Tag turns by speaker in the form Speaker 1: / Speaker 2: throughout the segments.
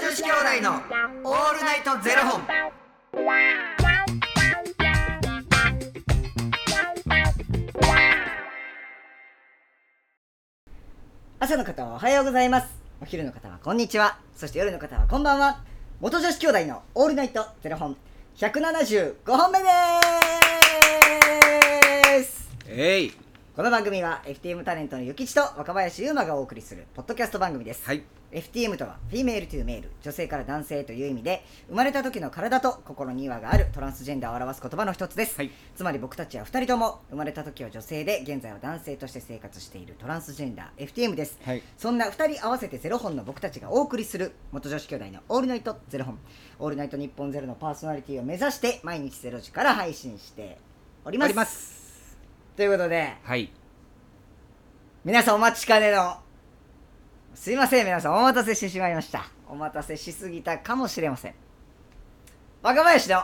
Speaker 1: 子兄弟のオールナイトゼロ本。
Speaker 2: 朝の方はおはようございますお昼の方はこんにちはそして夜の方はこんばんは元女子兄弟のオールナイトゼロ本175本目です
Speaker 3: えい
Speaker 2: この番組は FTM タレントのゆきちと若林優馬がお送りするポッドキャスト番組です、
Speaker 3: はい
Speaker 2: FTM とはフィメールというメール女性から男性という意味で生まれた時の体と心に違和があるトランスジェンダーを表す言葉の一つです、
Speaker 3: はい
Speaker 2: つまり僕たちは2人とも生まれた時は女性で現在は男性として生活しているトランスジェンダー FTM です、
Speaker 3: はい
Speaker 2: そんな2人合わせてゼロ本の僕たちがお送りする元女子兄弟の「オールナイトゼロ本」「オールナイト日本ゼロのパーソナリティを目指して毎日ゼロ時から配信しております
Speaker 3: あります
Speaker 2: ということで
Speaker 3: はい
Speaker 2: 皆さんお待ちかねのすいません皆さんお待たせしてしまいましたお待たせしすぎたかもしれません若林の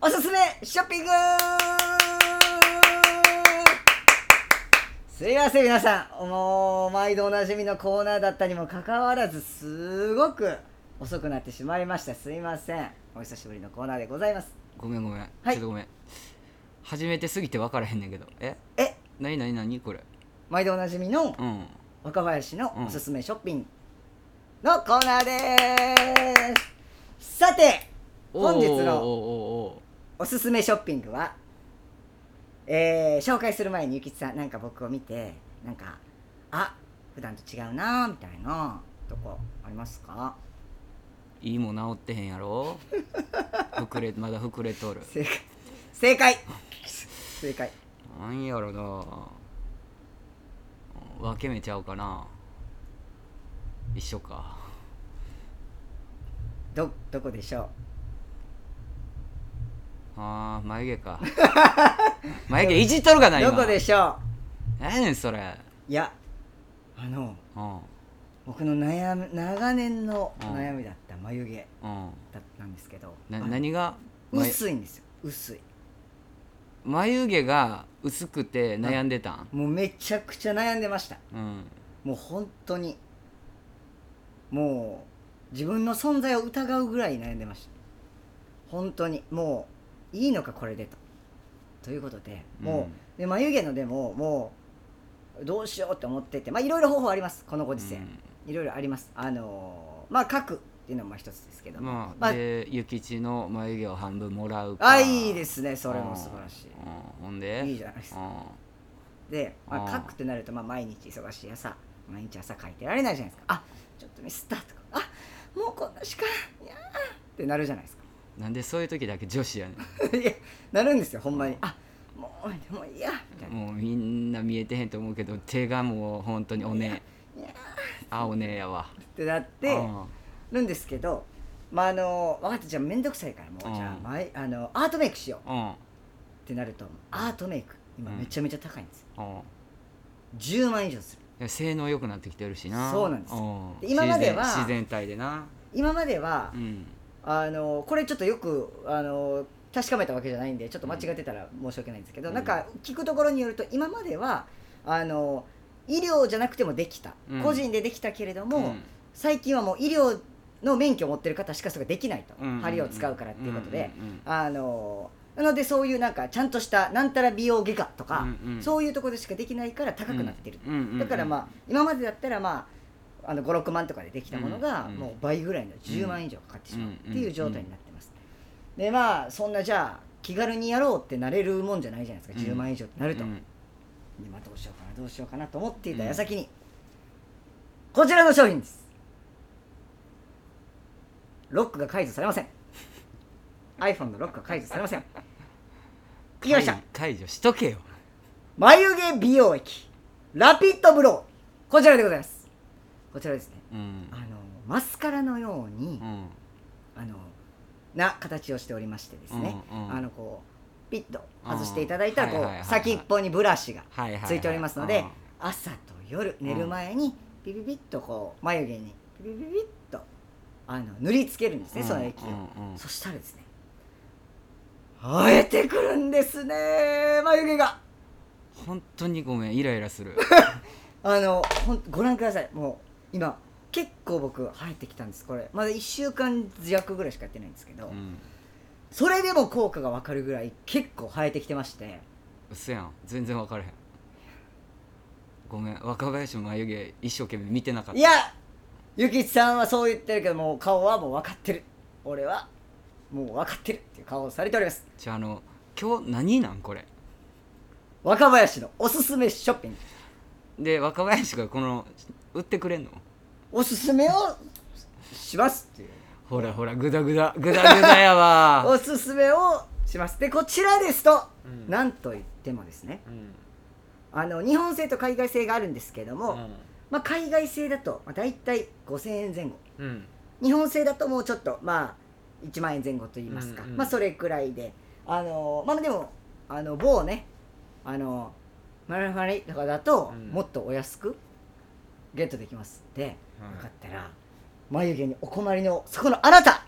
Speaker 2: おすすめショッピングすいません皆さんもう毎度おなじみのコーナーだったにもかかわらずすごく遅くなってしまいましたすいませんお久しぶりのコーナーでございます
Speaker 3: ごめんごめん、
Speaker 2: はい
Speaker 3: ちょっとごめん初めてすぎて分からへんねんけどえ
Speaker 2: え
Speaker 3: なになになにこれ
Speaker 2: 毎度おなじみの
Speaker 3: うん
Speaker 2: 若林の
Speaker 3: うん
Speaker 2: おすすめショッピングのコーナーです、さて本日
Speaker 3: おー
Speaker 2: の
Speaker 3: おーおーおー
Speaker 2: おすすめショッピングは、えー紹介する前にゆきちさんなんか僕を見てなんかあ普段と違うなーみたいなとこありますか
Speaker 3: いいもん治ってへんやろ 膨れまだ膨れとる
Speaker 2: 正解正解正解
Speaker 3: なんやろな分け目ちゃうかな一緒か
Speaker 2: どどこでしょう
Speaker 3: あー 眉毛か眉毛いじっとるかな今
Speaker 2: どこでしょ
Speaker 3: 何やねんそれ
Speaker 2: ういやあの
Speaker 3: うん
Speaker 2: 僕の悩み長年の悩みだった眉毛
Speaker 3: うん
Speaker 2: だったんですけど
Speaker 3: な
Speaker 2: あの
Speaker 3: 何が眉
Speaker 2: 薄いんですよ薄い
Speaker 3: 眉毛が薄くて悩んでたん、
Speaker 2: もうめちゃくちゃ悩んでました
Speaker 3: うん、
Speaker 2: もう本当にもう自分の存在を疑うぐらい悩んでました本当にもういいのかこれでとということでもう、で眉毛のでももうどうしようと思っててまあいろいろ方法ありますこのご時世、いろいろありますあのーまあ書くっていうのもまあ一つですけど
Speaker 3: うん、まあ、
Speaker 2: まあ
Speaker 3: で諭吉の眉毛を半分もらうか
Speaker 2: あいいですすねそれも素晴らし
Speaker 3: うん、ほんで
Speaker 2: いいじゃないですか
Speaker 3: う
Speaker 2: いで、まあ、
Speaker 3: あ
Speaker 2: 書
Speaker 3: あ
Speaker 2: くってなるとまあ毎日忙しい朝毎日朝書いてられないじゃないですかあちょっとミスったとかあもうこんな時間いやーってなるじゃないですか
Speaker 3: ん、なんでそういう時だけ女子やね
Speaker 2: いやなるんですよほんまにあもうもういやみたい
Speaker 3: んもうみんな見えてへんと思うけど手がもう本当におね
Speaker 2: いやいや
Speaker 3: えあおねえやわ
Speaker 2: なってな
Speaker 3: う
Speaker 2: って
Speaker 3: ん
Speaker 2: るんですけどまああの分かったじゃあ面倒くさいからもう
Speaker 3: うん
Speaker 2: じゃあ前あのアートメイクしよう
Speaker 3: うん
Speaker 2: ってなるとアートメイク今
Speaker 3: うん
Speaker 2: めちゃめちゃ高いんですよ
Speaker 3: うん
Speaker 2: 10万以上する
Speaker 3: いや性能良くなってきてるしな
Speaker 2: そうなんですよ
Speaker 3: うん
Speaker 2: で今までは
Speaker 3: 自然自然体でな
Speaker 2: 今までは
Speaker 3: うん
Speaker 2: あのこれちょっとよくあの確かめたわけじゃないんでちょっと間違ってたら申し訳ないんですけど、
Speaker 3: うん
Speaker 2: なんか聞くところによると今まではあの医療じゃなくてもできた、
Speaker 3: うん
Speaker 2: 個人でできたけれども、
Speaker 3: うん
Speaker 2: 最近はもう医療の免許を持ってる方しかそれができないと、
Speaker 3: うん
Speaker 2: 針を使うからっていうことで、
Speaker 3: うんうんうん
Speaker 2: あのなのでそういうなんかちゃんとしたなんたら美容外科とか、
Speaker 3: うんうん
Speaker 2: そういうところでしかできないから高くなってる、
Speaker 3: うんうんうんうん
Speaker 2: だからまあ今までだったらまああの56万とかでできたものが
Speaker 3: うんうん
Speaker 2: もう倍ぐらいの10万円以上かかってしまううんっていう状態になってます、でまあそんなじゃあ気軽にやろうってなれるもんじゃないじゃないですか
Speaker 3: うん
Speaker 2: 10万円以上ってなると、
Speaker 3: う
Speaker 2: で
Speaker 3: ん
Speaker 2: まあどうしようかなどうしようかなと思っていた矢先に、こちらの商品ですロックが解除されません iPhone のロックが解除されませんいきました
Speaker 3: 解解除しとけよ
Speaker 2: 眉毛美容液ラピッドブローこちらでございますこちらですね
Speaker 3: うん
Speaker 2: あのマスカラのように、
Speaker 3: うん
Speaker 2: あのな形をしておりましてですね、
Speaker 3: うんうん
Speaker 2: あのこうピッと外していただいたら
Speaker 3: うん
Speaker 2: こう、
Speaker 3: はいはいはいはい
Speaker 2: 先っぽにブラシが
Speaker 3: はいはいは
Speaker 2: ついておりますので、
Speaker 3: うん
Speaker 2: 朝と夜寝る前にピピピッとこう眉毛にピピピピッとあの塗りつけるんですね、その液を、
Speaker 3: うんうん
Speaker 2: そしたらですね生えてくるんですね眉毛が
Speaker 3: 本当にごめんイライラする
Speaker 2: あのほんご覧くださいもう今結構僕生えてきたんですこれまだ1週間弱ぐらいしかやってないんですけど、
Speaker 3: うん
Speaker 2: それでも効果が分かるぐらい結構生えてきてまして
Speaker 3: うそやん全然分からへんごめん若林の眉毛一生懸命見てなかっ
Speaker 2: い
Speaker 3: た
Speaker 2: やゆきちさんはそう言ってるけどもう顔はもう分かってる俺はもう分かってるっていう顔をされております
Speaker 3: じゃああの今日何なんこれ
Speaker 2: 若林のおすすめショッピング
Speaker 3: で若林がこの売ってくれんの
Speaker 2: おすすめをしますっていう
Speaker 3: ほらほらグダグダグダグダや わ
Speaker 2: おすすめをしますでこちらですと、
Speaker 4: うん
Speaker 2: なんといってもですね
Speaker 4: うん
Speaker 2: あの日本製と海外製があるんですけど
Speaker 4: う
Speaker 2: も、
Speaker 4: ん
Speaker 2: まあ、海外製だと、まあ、大体5000円前後
Speaker 4: うん
Speaker 2: 日本製だともうちょっとまあ1万円前後といいますか、
Speaker 4: うんうん
Speaker 2: まあそれくらいであのまあでもあの某ねあのマラマリとかだと
Speaker 4: うん
Speaker 2: もっとお安くゲットできますで、よ
Speaker 4: はい
Speaker 2: かったら眉毛にお困りのそこのあなた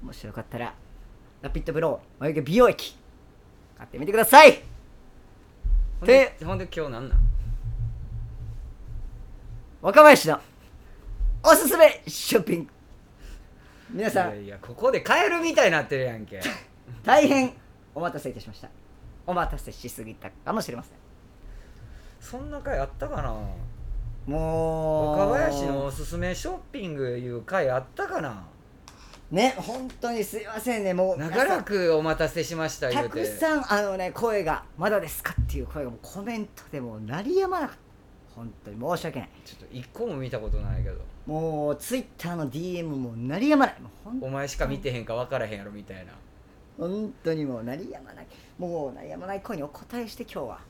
Speaker 2: もしよかったらラピッドブロー眉毛美容液買ってみてください
Speaker 3: ーでほんで今日何なん
Speaker 2: 若林のおすすめショッピング皆
Speaker 4: い
Speaker 2: さ
Speaker 4: や
Speaker 2: ん
Speaker 4: いやここでカエルみたいになってるやん け
Speaker 2: 大変お待たせいたしましたお待たせしすぎたかもしれません
Speaker 4: そんな回あったかな
Speaker 2: もう
Speaker 4: 若林のおすすめショッピングいう回あったかな
Speaker 2: ね本当にすいませんねもう
Speaker 4: 長らくお待たせしました
Speaker 2: 皆
Speaker 4: 言
Speaker 2: さ
Speaker 4: うんて
Speaker 2: たくさんあのね声が「まだですか?」っていう声がもうコメントでもう鳴りやまなかった本当に申し訳ない
Speaker 4: ちょっと一個も見たことないけど
Speaker 2: もうツイッターの DM も鳴りやまないもうほん
Speaker 4: お前しか見てへんか分からへんやろみたいな
Speaker 2: 本当にもう鳴りやまないもう鳴りやまない声にお答えして今日は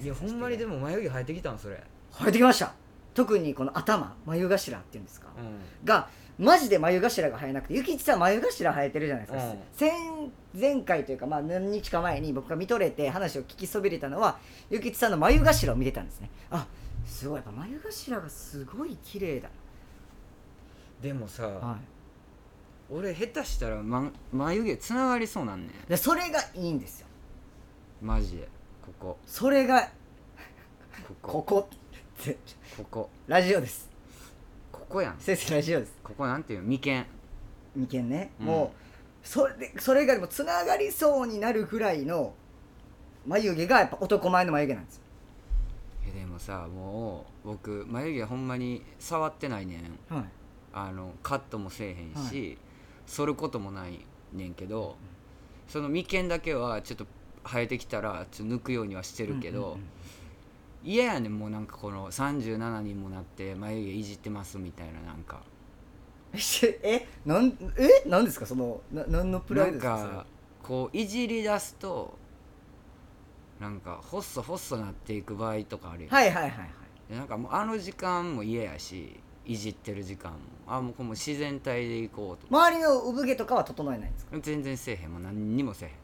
Speaker 2: い
Speaker 4: やほんまにで
Speaker 2: も
Speaker 4: も眉毛生えてきたんそれ
Speaker 2: 入ってきました特にこの頭眉頭っていうんですか、
Speaker 4: う
Speaker 2: がマジで眉頭が生えなくてゆきちさん眉頭生えてるじゃないですか、
Speaker 4: うん
Speaker 2: 先前回というか、まあ、何日か前に僕が見とれて話を聞きそびれたのはゆきちさんの眉頭を見てたんですねあすごいやっぱ眉頭がすごい綺麗だ、
Speaker 4: んでもさ、
Speaker 2: はい
Speaker 3: 俺下手したら、ま、眉毛つながりそうなんねん
Speaker 2: でそれがいいんですよ
Speaker 3: マジでここ
Speaker 2: それが
Speaker 3: こ
Speaker 2: こ
Speaker 3: こ
Speaker 2: こって
Speaker 3: ここ
Speaker 2: ラジオです
Speaker 3: ここやん
Speaker 2: 先生ラジオです
Speaker 3: ここなんていうの眉間
Speaker 2: 眉間ね、
Speaker 3: うん
Speaker 2: もうそれそれがでもつながりそうになるぐらいの眉毛がやっぱ男前の眉毛なんですよ
Speaker 3: えでもさもう僕眉毛ほんまに触ってないねん
Speaker 2: はい
Speaker 3: あのカットもせえへんし、剃ることもないねんけど、その眉間だけはちょっと生えてきたらちょっと抜くようにはしてるけど、
Speaker 2: うんうんうん
Speaker 3: 嫌やねんもうなんかこの37にもなって眉毛いじってますみたいななんか
Speaker 2: し えなんえなんですかそのな何のプライドですか
Speaker 3: なんかこういじり出すとなんかほっそほっそなっていく場合とかあるやん
Speaker 2: それはいはいはいはい
Speaker 3: でなんかもうあの時間も嫌やしいじってる時間もあもうこれもう自然体でいこうと
Speaker 2: 周りの産毛とかは整えないんですか
Speaker 3: 全然せえへんもう何にもせえへん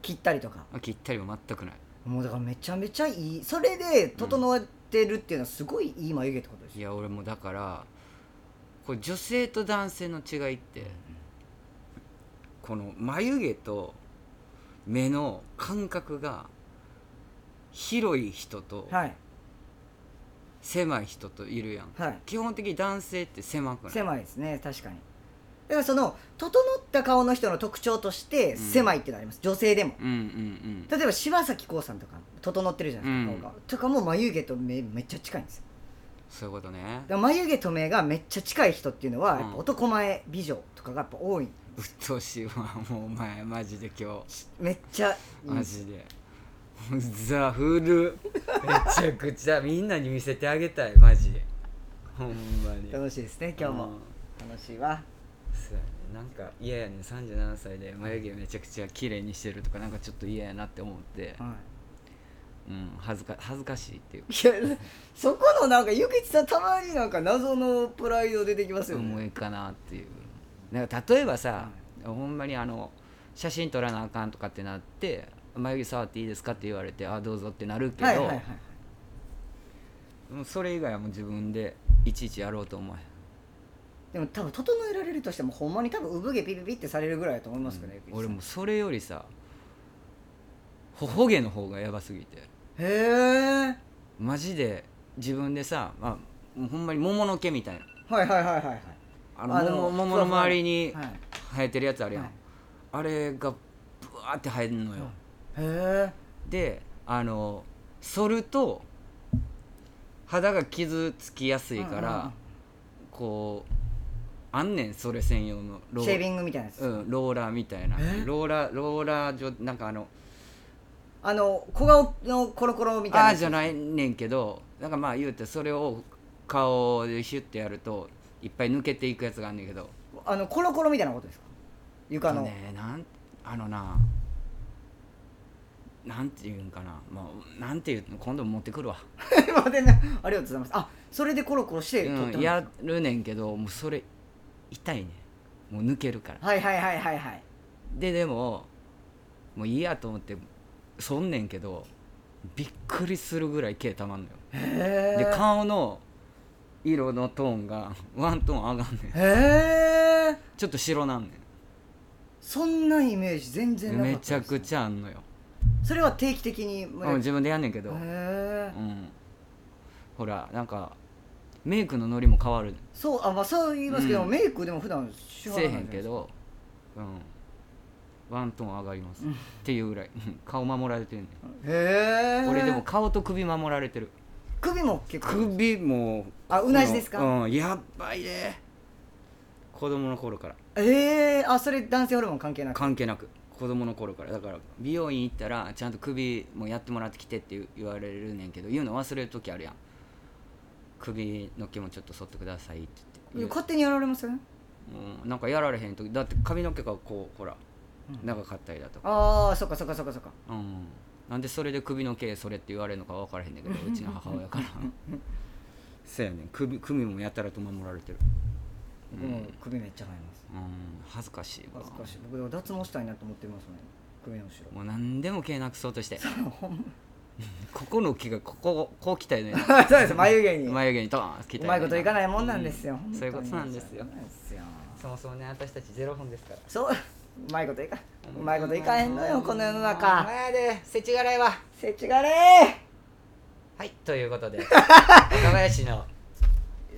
Speaker 2: 切ったりとか
Speaker 3: あ切ったりも全くない
Speaker 2: もうだからめちゃめちゃいいそれで整えてるっていうのはすごいいい眉毛ってことです
Speaker 3: い
Speaker 2: よ、
Speaker 3: や俺もうだからこれ女性と男性の違いって、この眉毛と目の感覚が広い人と
Speaker 2: はい
Speaker 3: 狭い人といるやん、
Speaker 2: はい
Speaker 3: 基本的に男性って狭くない
Speaker 2: 狭いですね確かにだからその整った顔の人の特徴として狭いってのあります、女性でも
Speaker 3: うんうん
Speaker 2: 例えば柴咲コウさんとか整ってるじゃないですか、
Speaker 3: うん
Speaker 2: 顔がとかも眉毛と目めっちゃ近いんですよ
Speaker 3: うんそういうことね
Speaker 2: だから眉毛と目がめっちゃ近い人っていうのは
Speaker 3: うん
Speaker 2: やっぱ男前美女とかがやっぱ多い
Speaker 3: 鬱陶しいわもうお前マジで今
Speaker 2: めっちゃ
Speaker 3: 日マジで、うざ古る
Speaker 4: めちゃくちゃみんなに見せてあげたいマジでほんまに
Speaker 2: 楽しいですね今日も楽しいわ
Speaker 4: そうやね
Speaker 3: なんか嫌やねん37歳で眉毛めちゃくちゃ綺麗にしてるとかなんかちょっと嫌やなって思って、
Speaker 2: は
Speaker 3: うん、恥ずか恥ずかしいっていうか
Speaker 2: いやそこのなんかゆきちさんたまになんか謎のプライド出てきますよ
Speaker 3: 思
Speaker 2: ね
Speaker 3: いかなっていうなんか例えばさ、ほんまにあの写真撮らなあかんとかってなって眉毛触っていいですかって言われてあどうぞってなるけど、
Speaker 2: はいはいはい
Speaker 3: もうそれ以外はもう自分でいちいちやろうと思う
Speaker 2: でも多分整えられるとしてもほんまに多分産毛ピピピってされるぐらいだと思いますけどね、ゆきちさん
Speaker 3: 俺もうそれよりさほほげの方がやばすぎて
Speaker 2: へえ
Speaker 3: マジで自分でさ、まあ、もうほんまに桃の毛みたいな
Speaker 2: はいはいはいはいはい
Speaker 3: あの桃桃の周りに
Speaker 2: はい
Speaker 3: 生えてるやつあるやん、
Speaker 2: はい
Speaker 3: あれがブワーって生えるのよ、
Speaker 2: へえ
Speaker 3: であの剃ると肌が傷つきやすいから、
Speaker 2: うんうんうん
Speaker 3: こうあんねんそれ専用のロ
Speaker 2: シェー
Speaker 3: ー
Speaker 2: ビングみたいなやつ、
Speaker 3: うん、ローラーみたいな
Speaker 2: え
Speaker 3: ローラーローラーじょなんかあの
Speaker 2: あの小顔のコロコロみたいな
Speaker 3: あ
Speaker 2: や
Speaker 3: あ
Speaker 2: つ
Speaker 3: じゃないねんけどなんかまあ言うてそれを顔でシュッてやるといっぱい抜けていくやつがあんねんけど
Speaker 2: あのコロコロみたいなことですか
Speaker 3: あ
Speaker 2: 床
Speaker 3: の
Speaker 2: の、
Speaker 3: ねなんあのななんていうんかな、まあ、なんていうの今度持ってくるわ、
Speaker 2: 待ってねありがとうございますあそれでコロコロして撮って
Speaker 3: うん、
Speaker 2: は
Speaker 3: やるねんけどもうそれ痛いねんもう抜けるから
Speaker 2: いはいはいはいはい
Speaker 3: ででももういいやと思ってそんねんけどびっくりするぐらい毛たまんのよ
Speaker 2: へえ
Speaker 3: で顔の色のトーンがワントーン上がんねん
Speaker 2: へえ
Speaker 3: ちょっと白なんね
Speaker 2: そんなイメージ全然
Speaker 3: ん
Speaker 2: なかった
Speaker 3: めちゃく
Speaker 2: ゃ
Speaker 3: ちゃあんのよ、
Speaker 2: それは定期的にも
Speaker 3: うん、自分でやんねんけど、
Speaker 2: へ
Speaker 3: う
Speaker 2: え
Speaker 3: ん、ほらなんかメイクのノリも変わる
Speaker 2: そうあまあそう言いますけど、
Speaker 3: うん
Speaker 2: メイクでも普段しは
Speaker 3: せ
Speaker 2: らないじ
Speaker 3: えへ
Speaker 2: ゃない
Speaker 3: ん
Speaker 2: で
Speaker 3: け
Speaker 2: すか
Speaker 3: ど、うん、ワントーン上がります、っていうぐらい うん顔守られてんね
Speaker 2: へえ
Speaker 3: ん俺でも顔と首守られてる
Speaker 2: 首も結構
Speaker 3: 首も
Speaker 2: あうなじですか
Speaker 3: うんやばいね子供の頃から
Speaker 2: ええあそれ男性ホルモン関係なく
Speaker 3: 関係なく子供の頃からだから美容院行ったらちゃんと首もやってもらってきてって言う言われるねんけど言うの忘れる時あるやん首の毛もちょっと剃ってくださいって言って
Speaker 2: 勝手にやられません
Speaker 3: うん、なんかやられへん時だって髪の毛がこうほら長かったりだとか、
Speaker 2: ああそっかそっかそっかそっか
Speaker 3: うん、なんでそれで首の毛それって言われるのか分からへんねんけどうちの母親からそうやねん首首もやたらと守られてる、
Speaker 2: 僕も首めっちゃ生えます
Speaker 3: うん、恥ずかしいわ
Speaker 2: 恥ずかしい僕でも脱毛したいなと思ってますね首の後ろ
Speaker 3: もう何でも毛なくそうとして ここの毛がこここう来たよね
Speaker 2: そうです眉毛に
Speaker 3: 眉毛にドーン来たよ
Speaker 2: う
Speaker 3: ね
Speaker 2: まいこといかないもんなんですよ、
Speaker 3: うんそういうことなんですよ
Speaker 2: 本当にそうなんですよ
Speaker 4: そもそもね私たちゼロ本ですから
Speaker 2: そううまいこといかうまいこといかへんのよこの世の中
Speaker 4: 前で世知辛いわ
Speaker 2: せちがれ
Speaker 4: はいということで若林の
Speaker 2: ー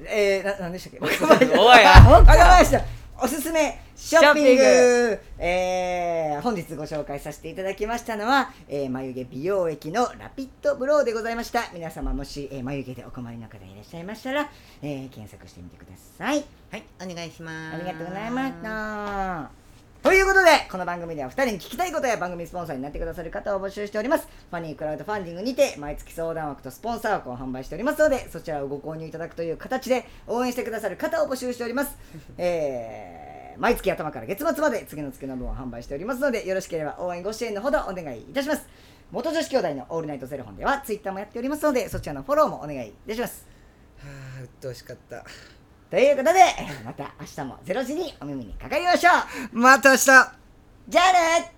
Speaker 2: えー、ななんでしたっけ若
Speaker 4: おい
Speaker 2: あ若林さんおすすめショッピン
Speaker 4: ショ
Speaker 2: グ
Speaker 4: ッピング
Speaker 2: えー本日ご紹介させていただきましたのは、えー眉毛美容液のラピッドブローでございました皆様もし、えー眉毛でお困りの方いらっしゃいましたら、えー検索してみてください
Speaker 4: はいお願いしま
Speaker 2: ありがとうございました。ということで、この番組では2人に聞きたいことや番組スポンサーになってくださる方を募集しております。ファニークラウドファンディングにて、毎月相談枠とスポンサー枠を販売しておりますので、そちらをご購入いただくという形で、応援してくださる方を募集しております。えー毎月頭から月末まで次の月の分を販売しておりますので、よろしければ応援ご支援のほどお願いいたします。元女子兄弟のオールナイトゼロ本では、ツイッターもやっておりますので、そちらのフォローもお願いいたします。
Speaker 4: はあ鬱陶しかった
Speaker 2: ということで、また明日もゼロ時にお耳にかかりましょう。
Speaker 4: また明日
Speaker 2: じゃあね